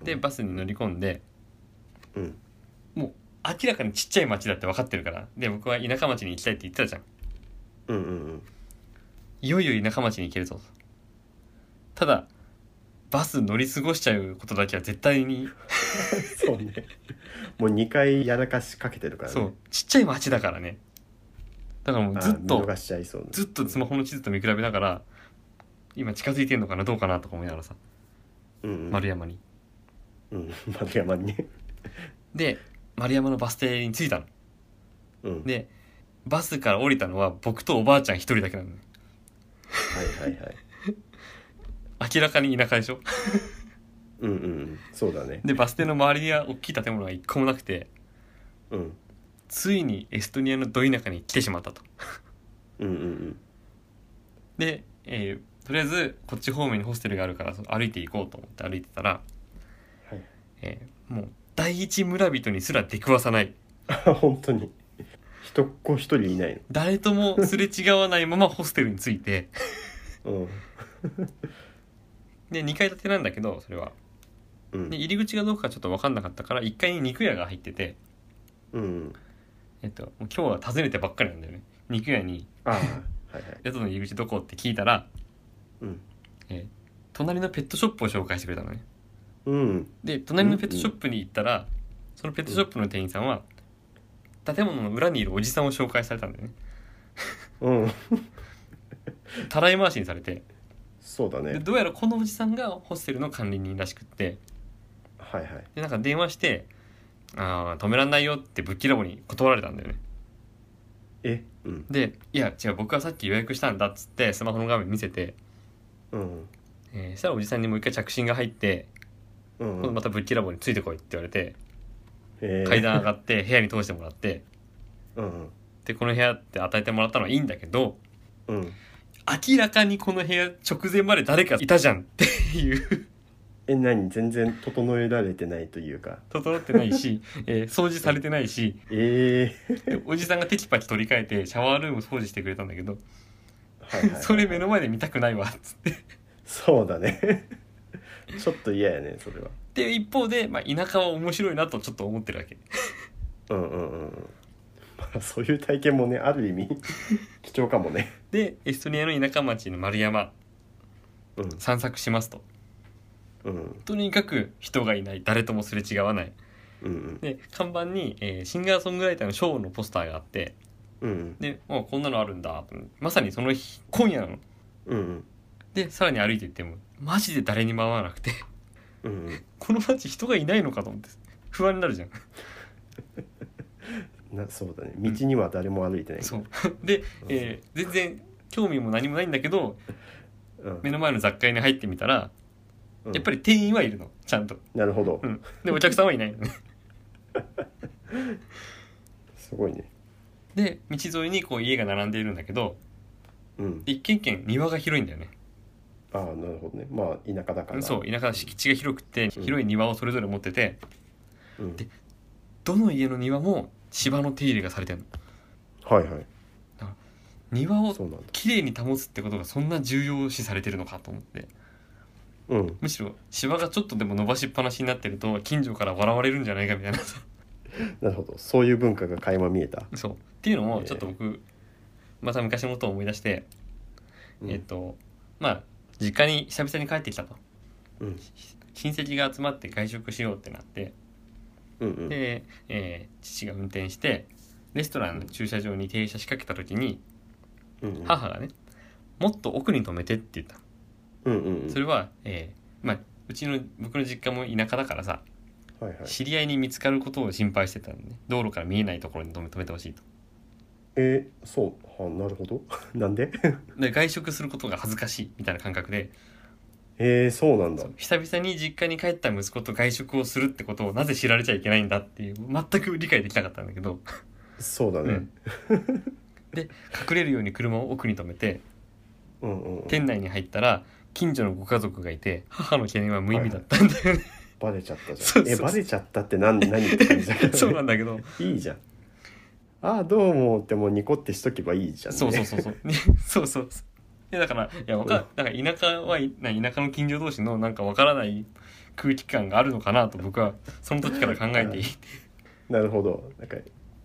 [SPEAKER 1] でバスに乗り込んで
[SPEAKER 2] うん
[SPEAKER 1] 明らかにちっちゃい町だって分かってるからで僕は田舎町に行きたいって言ってたじゃん
[SPEAKER 2] うんうん
[SPEAKER 1] いよいよ田舎町に行けるぞとただバス乗り過ごしちゃうことだけは絶対に
[SPEAKER 2] そうねもう2回やらかしかけてるからね
[SPEAKER 1] そうちっちゃい町だからねだからもうずっ
[SPEAKER 2] あ見
[SPEAKER 1] と
[SPEAKER 2] 逃しちゃいそうね
[SPEAKER 1] ずっとスマホの地図と見比べながら今近づいてんのかなどうかなとか思いながらさ
[SPEAKER 2] うんうん
[SPEAKER 1] 丸山に
[SPEAKER 2] うん丸山にね
[SPEAKER 1] で丸山のバス停に着いたの
[SPEAKER 2] うん
[SPEAKER 1] でバスから降りたのは僕とおばあちゃん一人だけなのね
[SPEAKER 2] はいはいはい
[SPEAKER 1] 明らかに田舎でしょ
[SPEAKER 2] うんうんうんそうだね
[SPEAKER 1] でバス停の周りには大きい建物が一個もなくて
[SPEAKER 2] うん
[SPEAKER 1] ついにエストニアのど田舎に来てしまったと。
[SPEAKER 2] うんうん
[SPEAKER 1] で、えーとりあえずこっち方面にホステルがあるからそ歩いて行こうと思って歩いてたら、
[SPEAKER 2] はい
[SPEAKER 1] えーもう第一村人にすら出くわさない
[SPEAKER 2] 本当に人っ子一人いない
[SPEAKER 1] 誰ともすれ違わないままホステルに着いて
[SPEAKER 2] のうん
[SPEAKER 1] で2階建てなんだけどそれは
[SPEAKER 2] うん
[SPEAKER 1] で入り口がどこかちょっと分かんなかったから1階に肉屋が入ってて、
[SPEAKER 2] うん
[SPEAKER 1] えっと、もう今日は訪ねてばっかりなんだよね肉屋に
[SPEAKER 2] ああはいはい
[SPEAKER 1] 「宿の入り口どこ?」って聞いたら
[SPEAKER 2] うん
[SPEAKER 1] 隣のペットショップを紹介してくれたのね
[SPEAKER 2] うん
[SPEAKER 1] で隣のペットショップに行ったらそのペットショップの店員さんは建物の裏にいるおじさんを紹介されたんだよね
[SPEAKER 2] うん
[SPEAKER 1] たらい回しにされて
[SPEAKER 2] そうだ
[SPEAKER 1] で
[SPEAKER 2] ね
[SPEAKER 1] どうやらこのおじさんがホステルの管理人らしくって
[SPEAKER 2] はいはい
[SPEAKER 1] でなんか電話して「あー止めらんないよ」ってぶっきらぼうに断られたんだよね
[SPEAKER 2] えうん
[SPEAKER 1] で「いや違う僕はさっき予約したんだ」っつってスマホの画面見せて、
[SPEAKER 2] うん
[SPEAKER 1] えーそしたらおじさんにもう一回着信が入って「
[SPEAKER 2] うん
[SPEAKER 1] 今度またぶっきらぼうについてこい」って言われて
[SPEAKER 2] えー
[SPEAKER 1] 階段上がって部屋に通してもらって
[SPEAKER 2] うん
[SPEAKER 1] でこの部屋って与えてもらったのはいいんだけど
[SPEAKER 2] うん
[SPEAKER 1] 明らかにこの部屋直前まで誰かいたじゃんっていう
[SPEAKER 2] え何全然整えられてないというか
[SPEAKER 1] 整ってない し、えー掃除されてないし
[SPEAKER 2] ええ
[SPEAKER 1] でおじさんがテキパキ取り替えてシャワールーム掃除してくれたんだけど
[SPEAKER 2] はいはいは い
[SPEAKER 1] それ目の前で見たくないわっつって
[SPEAKER 2] そうだね ちょっと嫌やねそれは
[SPEAKER 1] で一方で、まあ、田舎は面白いなとちょっと思ってるわけ
[SPEAKER 2] うんうんうんうんまあそういう体験もねある意味 貴重かもね
[SPEAKER 1] でエストニアの田舎町の丸山
[SPEAKER 2] うん
[SPEAKER 1] 散策しますと
[SPEAKER 2] うん
[SPEAKER 1] とにかく人がいない誰ともすれ違わない
[SPEAKER 2] うん
[SPEAKER 1] で看板に、えーシンガーソングライターのショーのポスターがあって
[SPEAKER 2] うんうん
[SPEAKER 1] でもうこんなのあるんだと思ってまさにその日今夜なの
[SPEAKER 2] うんうん
[SPEAKER 1] でさらに歩いていってもマジで誰にも会わなくて
[SPEAKER 2] うんうん
[SPEAKER 1] この街人がいないのかと思って不安になるじゃん
[SPEAKER 2] なそうだね道には誰も歩いてない、
[SPEAKER 1] そうで、えー全然興味も何もないんだけど
[SPEAKER 2] うん
[SPEAKER 1] 目の前の雑貨屋に入ってみたら
[SPEAKER 2] うん
[SPEAKER 1] やっぱり店員はいるのちゃんと、
[SPEAKER 2] なるほど、
[SPEAKER 1] うん、でお客さんはいないのね
[SPEAKER 2] すごいね
[SPEAKER 1] で道沿いにこう家が並んでいるんだけど
[SPEAKER 2] うん
[SPEAKER 1] で一軒一軒庭が広いんだよね
[SPEAKER 2] ああなるほどねまあ田舎だから
[SPEAKER 1] そう田舎は敷地が広くて広い庭をそれぞれ持ってて
[SPEAKER 2] うん
[SPEAKER 1] でどの家の庭も芝の手入れがされてるの
[SPEAKER 2] はいはい
[SPEAKER 1] 庭を
[SPEAKER 2] そうなんだ
[SPEAKER 1] 綺麗に保つってことがそんな重要視されてるのかと思って
[SPEAKER 2] うん
[SPEAKER 1] むしろ芝がちょっとでも伸ばしっぱなしになってると近所から笑われるんじゃないかみたい なさ
[SPEAKER 2] なるほどそういう文化が垣間見えた、
[SPEAKER 1] そうっていうのもちょっと僕、また昔のことを思い出して、
[SPEAKER 2] うん、
[SPEAKER 1] えっとまあ実家に久々に帰ってきたと
[SPEAKER 2] うん
[SPEAKER 1] 親戚が集まって外食しようってなって
[SPEAKER 2] うんうん
[SPEAKER 1] で、えー父が運転してレストランの駐車場に停車しかけた時に
[SPEAKER 2] うんうん
[SPEAKER 1] 母がね「もっと奥に止めて」って言ったの
[SPEAKER 2] うんうんうん
[SPEAKER 1] それは、えーまあ、うちの僕の実家も田舎だからさ
[SPEAKER 2] はいはい
[SPEAKER 1] 知り合いに見つかることを心配してたのね道路から見えないところに止め止めてほしいと
[SPEAKER 2] えー、そうはなるほど なんで
[SPEAKER 1] で外食することが恥ずかしいみたいな感覚で
[SPEAKER 2] えー、そうなんだ
[SPEAKER 1] 久々に実家に帰った息子と外食をするってことをなぜ知られちゃいけないんだっていう全く理解できなかったんだけど、
[SPEAKER 2] そうだね、
[SPEAKER 1] で隠れるように車を奥に止めて
[SPEAKER 2] うんうんうん、
[SPEAKER 1] 店内に入ったら近所のご家族がいて母の懸念は無意味だったんだよね、
[SPEAKER 2] バレちゃったじゃん
[SPEAKER 1] そうそうそう
[SPEAKER 2] えバレちゃったって何 何って感じだけど、ね、
[SPEAKER 1] そうなんだけど
[SPEAKER 2] いいじゃんああどうもってもうニコってしとけばいいじゃん、ね、
[SPEAKER 1] そうそうそうそう。ね、そうそうそう。でだからいやわかなんか田舎はいな田舎の近所同士のなんかわからない空気感があるのかなと僕はその時から考えていて
[SPEAKER 2] なるほどなんか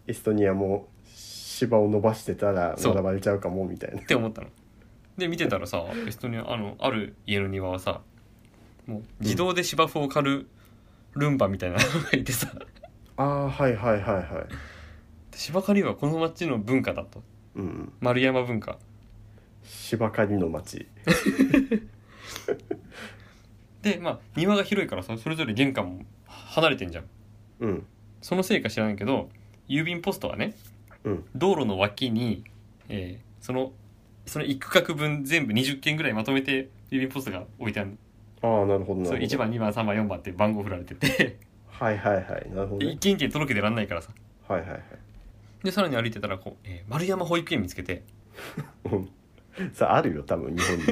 [SPEAKER 2] エストニアも芝を伸ばしてたら
[SPEAKER 1] そう
[SPEAKER 2] 並ばれちゃうかもみたいな
[SPEAKER 1] って思ったの。で見てたらさエストニアあのある家の庭はさもう自動で芝生を刈るルンバみたいな のがいてさ
[SPEAKER 2] ああはいはいはいはい
[SPEAKER 1] 芝刈りはこの町の文化だと
[SPEAKER 2] うんうん
[SPEAKER 1] 丸山文化
[SPEAKER 2] 芝刈りの町
[SPEAKER 1] でまあ庭が広いからさそれぞれ玄関も離れてんじゃん
[SPEAKER 2] うん
[SPEAKER 1] そのせいか知らんけど郵便ポストはね
[SPEAKER 2] うん
[SPEAKER 1] 道路の脇に、えーそのその一区画分全部20件ぐらいまとめて郵便ポストが置いてある
[SPEAKER 2] ああなるほどな
[SPEAKER 1] そう
[SPEAKER 2] るほ
[SPEAKER 1] 1
[SPEAKER 2] ど
[SPEAKER 1] 番2番3番4番って番号振られてて
[SPEAKER 2] はいはいはいなるほど
[SPEAKER 1] で一
[SPEAKER 2] ね
[SPEAKER 1] 軒一軒届けてらんないからさ
[SPEAKER 2] はいはいはい
[SPEAKER 1] でさらに歩いてたらこう、えー丸山保育園見つけて
[SPEAKER 2] うんさあるよ多分日本に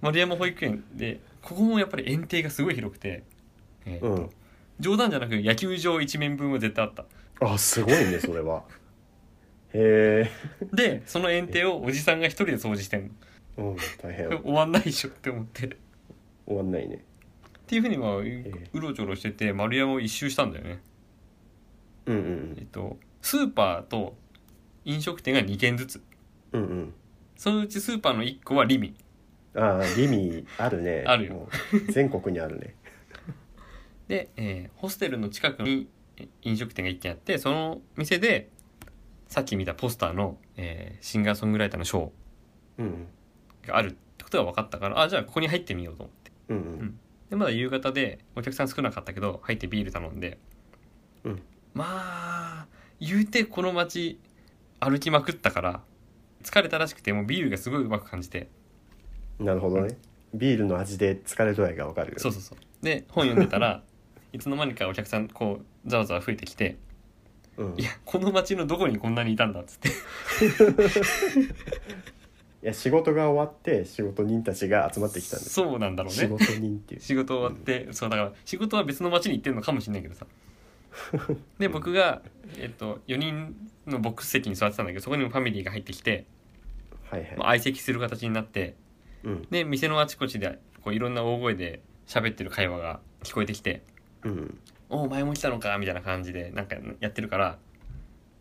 [SPEAKER 1] 丸山保育園でここもやっぱり園庭がすごい広くて、えーと
[SPEAKER 2] うん
[SPEAKER 1] 冗談じゃなく野球場一面分は絶対あった
[SPEAKER 2] あすごいねそれはへ
[SPEAKER 1] でその園庭をおじさんが一人で掃除してん
[SPEAKER 2] えうん大変
[SPEAKER 1] の終わんないでしょって思ってっ
[SPEAKER 2] 終わんないね
[SPEAKER 1] ていうふうにまあうろちょろしてて丸山を一周したんだよね
[SPEAKER 2] うんう
[SPEAKER 1] えっ
[SPEAKER 2] ん
[SPEAKER 1] とスーパーと飲食店が2軒ずつ
[SPEAKER 2] うんうん
[SPEAKER 1] そのうちスーパーの1個はリミ
[SPEAKER 2] うんああリミあるね
[SPEAKER 1] あるよ
[SPEAKER 2] もう全国にあるね
[SPEAKER 1] で、えーホステルの近くにえ飲食店が1軒あってその店でさっき見たポスターの、えーシンガーソングライターのショ
[SPEAKER 2] うん
[SPEAKER 1] ーがあるってことが分かったからあじゃあここに入ってみようと思って
[SPEAKER 2] うん
[SPEAKER 1] でまだ夕方でお客さん少なかったけど入ってビール頼んで、
[SPEAKER 2] うん
[SPEAKER 1] まあ言うてこの街歩きまくったから疲れたらしくてもうビールがすごいうまく感じて
[SPEAKER 2] うんなるほどねビールの味で疲れ度合いがわかるよ
[SPEAKER 1] そうそうそうで本読んでた らいつの間にかお客さんこうざわざわ増えてきて
[SPEAKER 2] うん
[SPEAKER 1] いやこの町のどこにこんなにいたんだっつって
[SPEAKER 2] いや仕事が終わって仕事人たちが集まってきたんです
[SPEAKER 1] そうなんだろう
[SPEAKER 2] 仕
[SPEAKER 1] ね
[SPEAKER 2] 事人っていう
[SPEAKER 1] 仕事終わって、そうだから仕事は別の町に行ってるのかもしれないけ どさで僕が、えっと、4人のボックス席に座ってたんだけどそこにもファミリーが入ってきて
[SPEAKER 2] はいはい、
[SPEAKER 1] まあ相席する形になって
[SPEAKER 2] うん
[SPEAKER 1] で店のあちこちでこういろんな大声で喋ってる会話が聞こえてきて
[SPEAKER 2] うん
[SPEAKER 1] 「おお前も来たのか」みたいな感じでなんかやってるから、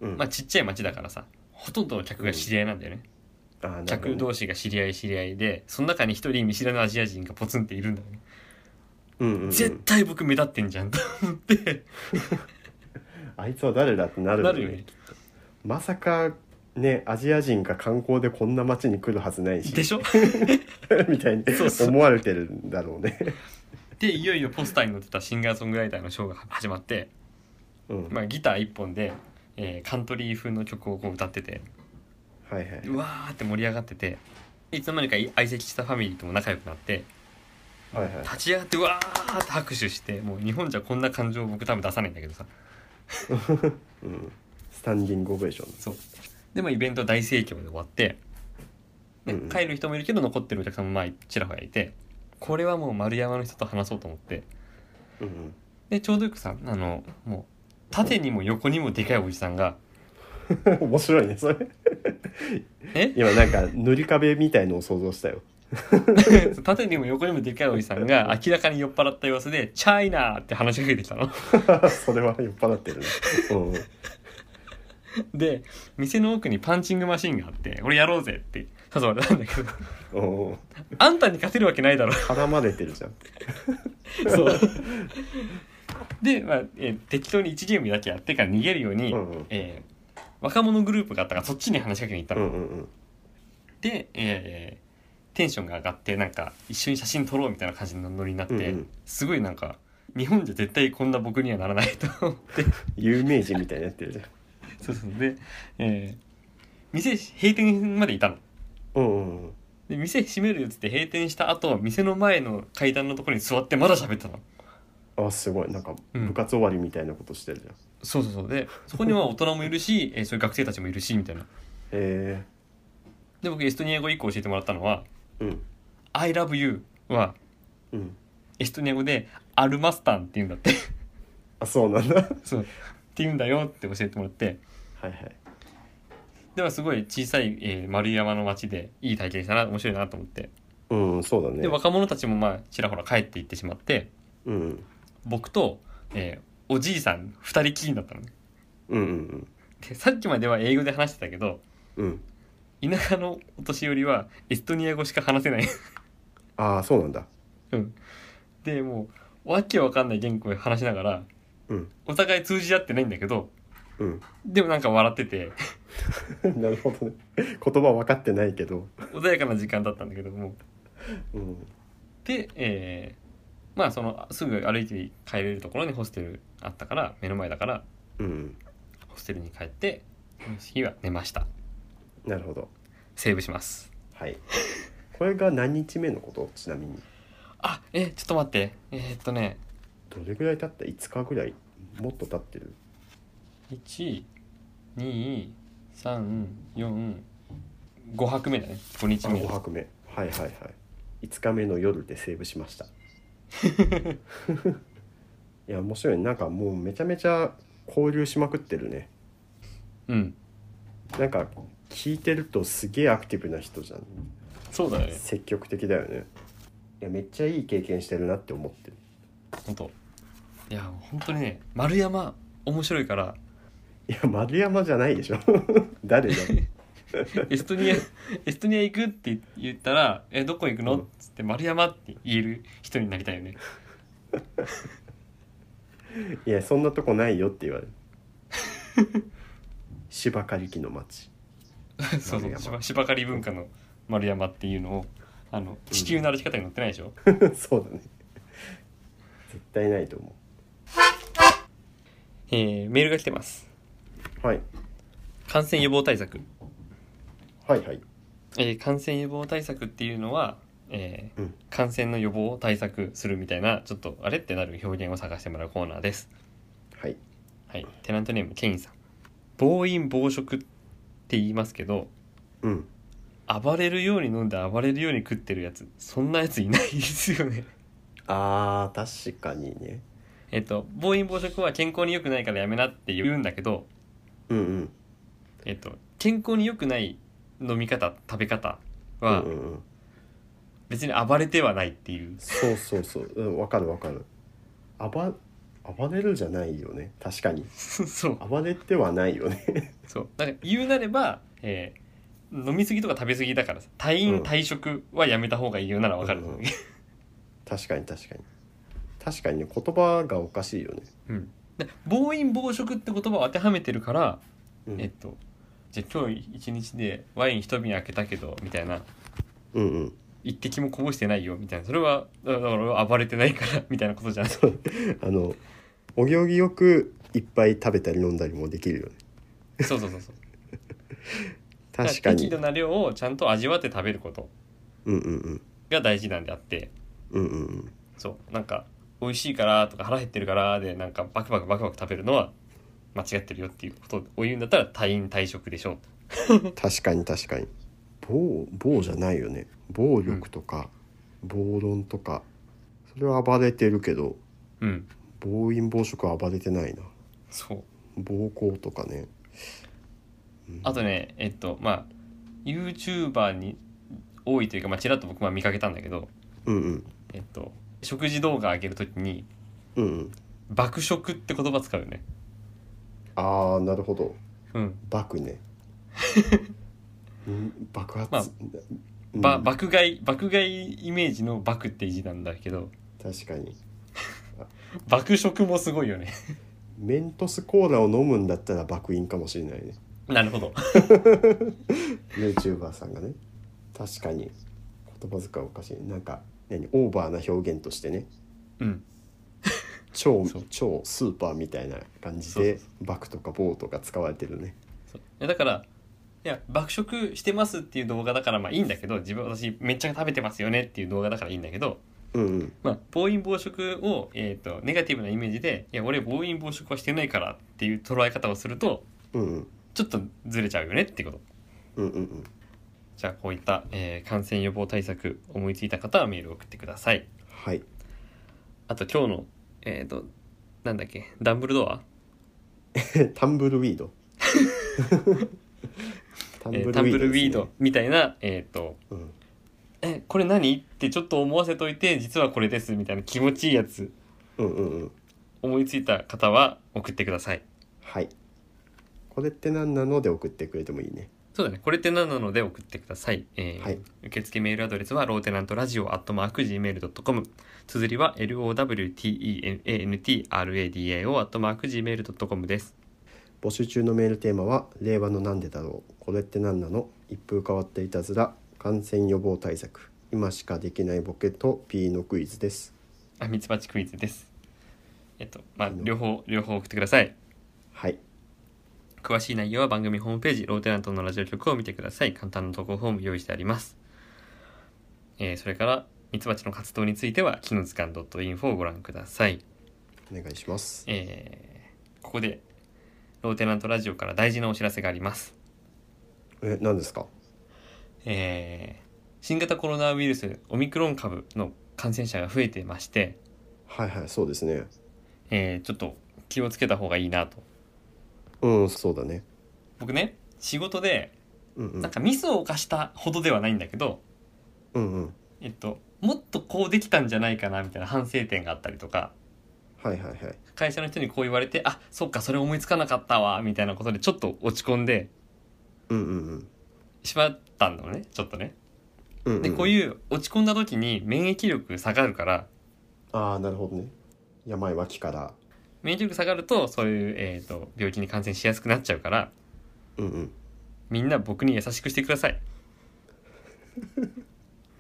[SPEAKER 2] うん
[SPEAKER 1] まあ、ちっちゃい町だからさほとんどの客が知り合いなんだよね、
[SPEAKER 2] あーなるほどね
[SPEAKER 1] 客同士が知り合い知り合いでその中に一人見知らぬアジア人がポツンっているんだよね
[SPEAKER 2] うんうんうん
[SPEAKER 1] 絶対僕目立ってんじゃんと思って
[SPEAKER 2] あいつは誰だってなる
[SPEAKER 1] な
[SPEAKER 2] よ
[SPEAKER 1] るよね
[SPEAKER 2] まさかねアジア人が観光でこんな街に来るはずないし
[SPEAKER 1] でしょ
[SPEAKER 2] みたいに
[SPEAKER 1] そうそう
[SPEAKER 2] 思われてるんだろうね、
[SPEAKER 1] でいよいよポスターに載ってたシンガーソングライターのショーが始まって、
[SPEAKER 2] うん
[SPEAKER 1] まあ、ギター一本で、えーカントリー風の曲をこう歌ってて
[SPEAKER 2] はいはいう
[SPEAKER 1] わーって盛り上がってていつの間にかい相席したファミリーとも仲良くなって
[SPEAKER 2] はいはい
[SPEAKER 1] 立ち上がってうわーって拍手してもう日本じゃこんな感情僕多分出さないんだけどさ
[SPEAKER 2] うんスタンディングオベーション
[SPEAKER 1] そうでもイベントは大盛況で終わって、ね
[SPEAKER 2] うんうん
[SPEAKER 1] 帰る人もいるけど残ってるお客さんもまあちらほらいてこれはもう丸山の人と話そうと思って
[SPEAKER 2] うん
[SPEAKER 1] でちょうどよくさあのもう縦にも横にもでかいおじさんが
[SPEAKER 2] うん 面白いねそれ
[SPEAKER 1] え
[SPEAKER 2] 今なんか塗り壁みたいのを想像したよ
[SPEAKER 1] 縦にも横にもでかいおじさんが明らかに酔っ払った様子で「チャイナー!」って話しかけてきたの。
[SPEAKER 2] それは酔っ払ってるねうん
[SPEAKER 1] で店の奥にパンチングマシンがあって「俺やろうぜ!」って誘われたんだけど
[SPEAKER 2] うんうん
[SPEAKER 1] 「あんたに勝てるわけないだろ」
[SPEAKER 2] 絡まれてるじゃん
[SPEAKER 1] そうで、まあえー適当に1ゲームだけやってから逃げるように、
[SPEAKER 2] うんうん
[SPEAKER 1] えー若者グループがあったからそっちに話しかけに行った
[SPEAKER 2] う
[SPEAKER 1] の。
[SPEAKER 2] んうん
[SPEAKER 1] で、えーテンションが上がってなんか一緒に写真撮ろうみたいな感じのノリになって、
[SPEAKER 2] うんうん
[SPEAKER 1] すごいなんか日本じゃ絶対こんな僕にはならないと思って
[SPEAKER 2] 有名人みたいになってるじゃん
[SPEAKER 1] そうそうで、えー店閉店までいたの。
[SPEAKER 2] うんうんうん
[SPEAKER 1] で店閉めるっつって閉店した後店の前の階段のところに座ってまだ喋ってたの
[SPEAKER 2] あすごいなんか
[SPEAKER 1] うん
[SPEAKER 2] 部活終わりみたいなことしてるじゃん、
[SPEAKER 1] そうそうそうでそこには大人もいるし、 えーそういう学生たちもいるしみたいな
[SPEAKER 2] え
[SPEAKER 1] で僕エストニア語1個教えてもらったのは
[SPEAKER 2] ー、うん
[SPEAKER 1] 「I love you」は
[SPEAKER 2] うん
[SPEAKER 1] エストニア語で「アルマスタン」って言うんだって
[SPEAKER 2] あそうなんだ は
[SPEAKER 1] そうって言うんだよって教えてもらって
[SPEAKER 2] いはい
[SPEAKER 1] ではすごい小さい、えー丸山の町でいい体験したな面白いなと思って
[SPEAKER 2] うんそうだね
[SPEAKER 1] で若者たちもまあちらほら帰っていってしまって
[SPEAKER 2] うん
[SPEAKER 1] 僕と、えーおじいさん2人きりになったのね
[SPEAKER 2] うんうん
[SPEAKER 1] でさっきまでは英語で話してたけど
[SPEAKER 2] うんうん
[SPEAKER 1] 田舎のお年寄りはエストニア語しか話せない
[SPEAKER 2] ああそうなんだ
[SPEAKER 1] うんでもうわけわかんない言語で話しながら
[SPEAKER 2] うん
[SPEAKER 1] お互い通じ合ってないんだけど
[SPEAKER 2] うん
[SPEAKER 1] でもなんか笑ってて
[SPEAKER 2] なるほどね言葉分かってないけど
[SPEAKER 1] 穏やかな時間だったんだけども
[SPEAKER 2] うん
[SPEAKER 1] で、えーまあそのすぐ歩いて帰れるところにホステルあったから目の前だから
[SPEAKER 2] うん
[SPEAKER 1] ホステルに帰ってその日は寝ました
[SPEAKER 2] なるほど
[SPEAKER 1] セーブします
[SPEAKER 2] はいこれが何日目のことちなみに
[SPEAKER 1] あえーちょっと待ってえーっとね
[SPEAKER 2] どれぐらい経った5日ぐらいもっと経ってる
[SPEAKER 1] 12345 5泊目だね5日
[SPEAKER 2] あ
[SPEAKER 1] 目
[SPEAKER 2] 5泊目はいはいはい5日目の夜でセーブしましたいや面白いねなんかもうめちゃめちゃ交流しまくってるね
[SPEAKER 1] うん
[SPEAKER 2] なんか聞いてるとすげえアクティブな人じゃん
[SPEAKER 1] そうだよね
[SPEAKER 2] 積極的だよねいやめっちゃいい経験してるなって思ってる
[SPEAKER 1] 本当いや本当にね丸山面白い から
[SPEAKER 2] いや丸山じゃないでしょ 誰 だ
[SPEAKER 1] エストニアエストニア行くって言ったら「えどこ行くの?」っつって「丸山」って言える人になりたい よね
[SPEAKER 2] いやそんなとこないよって言われる 芝刈り機の町
[SPEAKER 1] そうそう
[SPEAKER 2] 丸
[SPEAKER 1] 芝
[SPEAKER 2] 山
[SPEAKER 1] 芝刈り文化の丸山っていうのをあの地球の歩き方に載ってないでしょ、
[SPEAKER 2] そうだね絶対ないと思
[SPEAKER 1] えーメールが来てます
[SPEAKER 2] う、はい、
[SPEAKER 1] 感染予防対策、
[SPEAKER 2] はいはい
[SPEAKER 1] えー感染予防対策っていうのは、えー
[SPEAKER 2] うん
[SPEAKER 1] 感染の予防を対策するみたいなちょっとあれってなる表現を探してもらうコーナーです
[SPEAKER 2] はい
[SPEAKER 1] はいテナントネームケインさん暴飲暴食って言いますけど
[SPEAKER 2] うん
[SPEAKER 1] 暴れるように飲んで暴れるように食ってるやつそんなやついないですよね
[SPEAKER 2] あー確かにね
[SPEAKER 1] えっと暴飲暴食は健康に良くないからやめなって言うんだけど
[SPEAKER 2] うんうん
[SPEAKER 1] えっと健康に良くない飲み方食べ方は
[SPEAKER 2] うんうんうん、
[SPEAKER 1] 別に暴れてはないっていう、
[SPEAKER 2] そうそうそううんわかるわかる暴暴れるじゃないよね確かに
[SPEAKER 1] そう
[SPEAKER 2] 暴れてはないよね
[SPEAKER 1] そうなんか言うなれば、えー飲み過ぎとか食べ過ぎだからさ退
[SPEAKER 2] う
[SPEAKER 1] 院
[SPEAKER 2] ん
[SPEAKER 1] 退職はやめた方がいいよならわかる、
[SPEAKER 2] うんうん確かに確かに確かにね言葉がおかしいよね、
[SPEAKER 1] で暴飲暴食って言葉を当てはめてるから、
[SPEAKER 2] うん、
[SPEAKER 1] えっとじゃあ今日一日でワイン一瓶開けたけどみたいな
[SPEAKER 2] うんうん
[SPEAKER 1] 一滴もこぼしてないよみたいなそれはだだから俺は暴れてないから みたいなことじゃんそう
[SPEAKER 2] あのお行儀よくいっぱい食べたり飲んだりもできるよね
[SPEAKER 1] そうそうそう
[SPEAKER 2] 確かに
[SPEAKER 1] 適度な量をちゃんと味わって食べること
[SPEAKER 2] うんうんうん
[SPEAKER 1] が大事なんであって
[SPEAKER 2] うんうんうん
[SPEAKER 1] そうなんか美味しいからとか腹減ってるからでなんかバクバクバクバク食べるのは間違ってるよっていうことを言うんだったら退院退職でしょう
[SPEAKER 2] 確かに確かに暴暴じゃないよね暴力とか、暴論とかそれは暴れてるけど
[SPEAKER 1] うん
[SPEAKER 2] 暴飲暴食は暴れてないな
[SPEAKER 1] そう
[SPEAKER 2] 暴行とかね、うん
[SPEAKER 1] あとねえっとまあ YouTuber に多いというかまあちらっと僕は見かけたんだけど
[SPEAKER 2] うんうん
[SPEAKER 1] えっと食事動画上げるときに
[SPEAKER 2] うんうん
[SPEAKER 1] 爆食って言葉使うよね
[SPEAKER 2] ああなるほど
[SPEAKER 1] うん
[SPEAKER 2] 爆ねうん爆発、
[SPEAKER 1] まあ
[SPEAKER 2] うん
[SPEAKER 1] ば爆買い爆買いイメージの爆って字なんだけど
[SPEAKER 2] 確かに
[SPEAKER 1] 爆食もすごいよね
[SPEAKER 2] メントスコーラを飲むんだったら爆飲かもしれないね
[SPEAKER 1] なるほど
[SPEAKER 2] YouTuber さんがね確かに言葉遣いおかしいなんか何オーバーな表現としてね
[SPEAKER 1] うん
[SPEAKER 2] 超
[SPEAKER 1] そう
[SPEAKER 2] 超スーパーみたいな感じ
[SPEAKER 1] そうそう
[SPEAKER 2] でバクとかボーとか使われてるね
[SPEAKER 1] そういやだからいや爆食してますっていう動画だからまあいいんだけど自分私めっちゃ食べてますよねっていう動画だからいいんだけど
[SPEAKER 2] うんうん
[SPEAKER 1] まあ暴飲暴食を、えー、とネガティブなイメージで「いや俺暴飲暴食はしてないから」っていう捉え方をすると
[SPEAKER 2] うんうん
[SPEAKER 1] ちょっとずれちゃうよねってこと
[SPEAKER 2] うんうんうん
[SPEAKER 1] じゃあこういった、えー感染予防対策思いついた方はメールを送ってください
[SPEAKER 2] はい
[SPEAKER 1] あと今日のえっ、となんだっけダンブルドア
[SPEAKER 2] タンブルウ ィードタ
[SPEAKER 1] えータンブルウィー
[SPEAKER 2] です
[SPEAKER 1] ドみたいな、えっ、と、
[SPEAKER 2] ねうん
[SPEAKER 1] え、これ何ってちょっと思わせといて、実はこれですみたいな気持ちいいやつ、
[SPEAKER 2] うんうんうん
[SPEAKER 1] 思いついた方は送ってください。
[SPEAKER 2] はいこれって何なので送ってくれてもいいね
[SPEAKER 1] そうだね、これって何なので送ってください。えー
[SPEAKER 2] はい
[SPEAKER 1] 受付メールアドレスはローテナントラジオアットマーク Gmail.com 綴りは LOWTENANTRADIO アットマーク Gmail.com です。
[SPEAKER 2] 募集中のメールテーマは「令和のなんでだろうこれって何なの一風変わったいたずら感染予防対策今しかできないボケと P のクイズ」です
[SPEAKER 1] あ、ミツバチクイズです。えっと、まあ
[SPEAKER 2] いい、の
[SPEAKER 1] 両方、両方送ってください。
[SPEAKER 2] はい
[SPEAKER 1] 詳しい内容は番組ホームページローテナントのラジオ局を見てください簡単な投稿フォーム用意してあります、えーそれからミツバチの活動についてはキの図鑑 .info をご覧ください、
[SPEAKER 2] お願いします
[SPEAKER 1] えーここでローテナントラジオから大事なお知らせがあります
[SPEAKER 2] え何ですか
[SPEAKER 1] えー新型コロナウイルスオミクロン株の感染者が増えてまして、
[SPEAKER 2] はいはいそうですね
[SPEAKER 1] えーちょっと気をつけた方がいいなと
[SPEAKER 2] うんそうだね
[SPEAKER 1] 僕ね仕事で
[SPEAKER 2] うんうん
[SPEAKER 1] なんかミスを犯したほどではないんだけど、
[SPEAKER 2] うんうん
[SPEAKER 1] えっと、もっとこうできたんじゃないかなみたいな反省点があったりとか
[SPEAKER 2] はいはいはい
[SPEAKER 1] 会社の人にこう言われてあそっかそれ思いつかなかったわみたいなことでちょっと落ち込んで
[SPEAKER 2] うんうんうん
[SPEAKER 1] しまったのねちょっとね。
[SPEAKER 2] うんうん
[SPEAKER 1] でこういう落ち込んだ時に免疫力下がるから
[SPEAKER 2] ああなるほどね病は気から
[SPEAKER 1] 免疫力下がるとそういう、えー、と病気に感染しやすくなっちゃうから
[SPEAKER 2] うんうん
[SPEAKER 1] みんな僕に優しくしてください。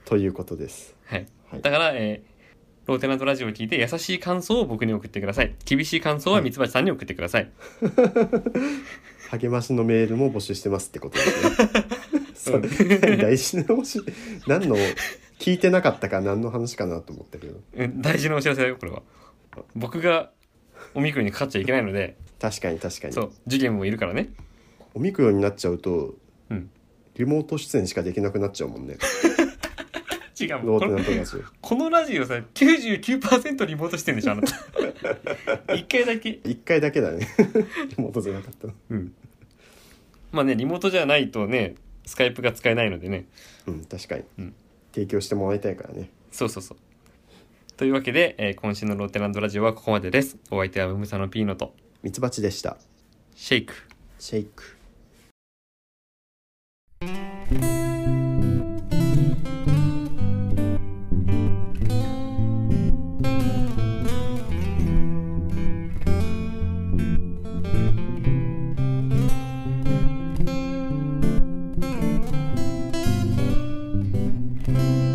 [SPEAKER 2] ということです
[SPEAKER 1] はい、
[SPEAKER 2] はい
[SPEAKER 1] だから、えーローテナントラジオを聞いて優しい感想を僕に送ってください厳しい感想はミツバチさんに送ってください、
[SPEAKER 2] 励ましのメールも募集してますってことで す
[SPEAKER 1] う
[SPEAKER 2] ねそ
[SPEAKER 1] ん
[SPEAKER 2] れ大事なおし何の聞いてなかったから何の話かなと思ったけど
[SPEAKER 1] うん大事なお知らせだよこれは僕がオミクロンにかかっちゃいけないので
[SPEAKER 2] 確かに確かに
[SPEAKER 1] そう受験もいるからね
[SPEAKER 2] オミクロンになっちゃうと、
[SPEAKER 1] うん
[SPEAKER 2] リモート出演しかできなくなっちゃうもん ね
[SPEAKER 1] 違うも
[SPEAKER 2] ロ
[SPEAKER 1] ん
[SPEAKER 2] ー
[SPEAKER 1] こ
[SPEAKER 2] テ
[SPEAKER 1] の
[SPEAKER 2] ナントラジオ
[SPEAKER 1] このラジオさ99%リモートしてんでしょあなた 一回だけ
[SPEAKER 2] 1回だけだね リモートじゃなかったの
[SPEAKER 1] うんまあねリモートじゃないとねスカイプが使えないのでね
[SPEAKER 2] うん確かに、
[SPEAKER 1] うん
[SPEAKER 2] 提供してもらいたいからね
[SPEAKER 1] そうそうそうというわけで、えー今週のローテナントラジオはここまでですお相手はムムサのピーノと
[SPEAKER 2] ミツバチでした
[SPEAKER 1] シェイク
[SPEAKER 2] シェイク
[SPEAKER 3] 「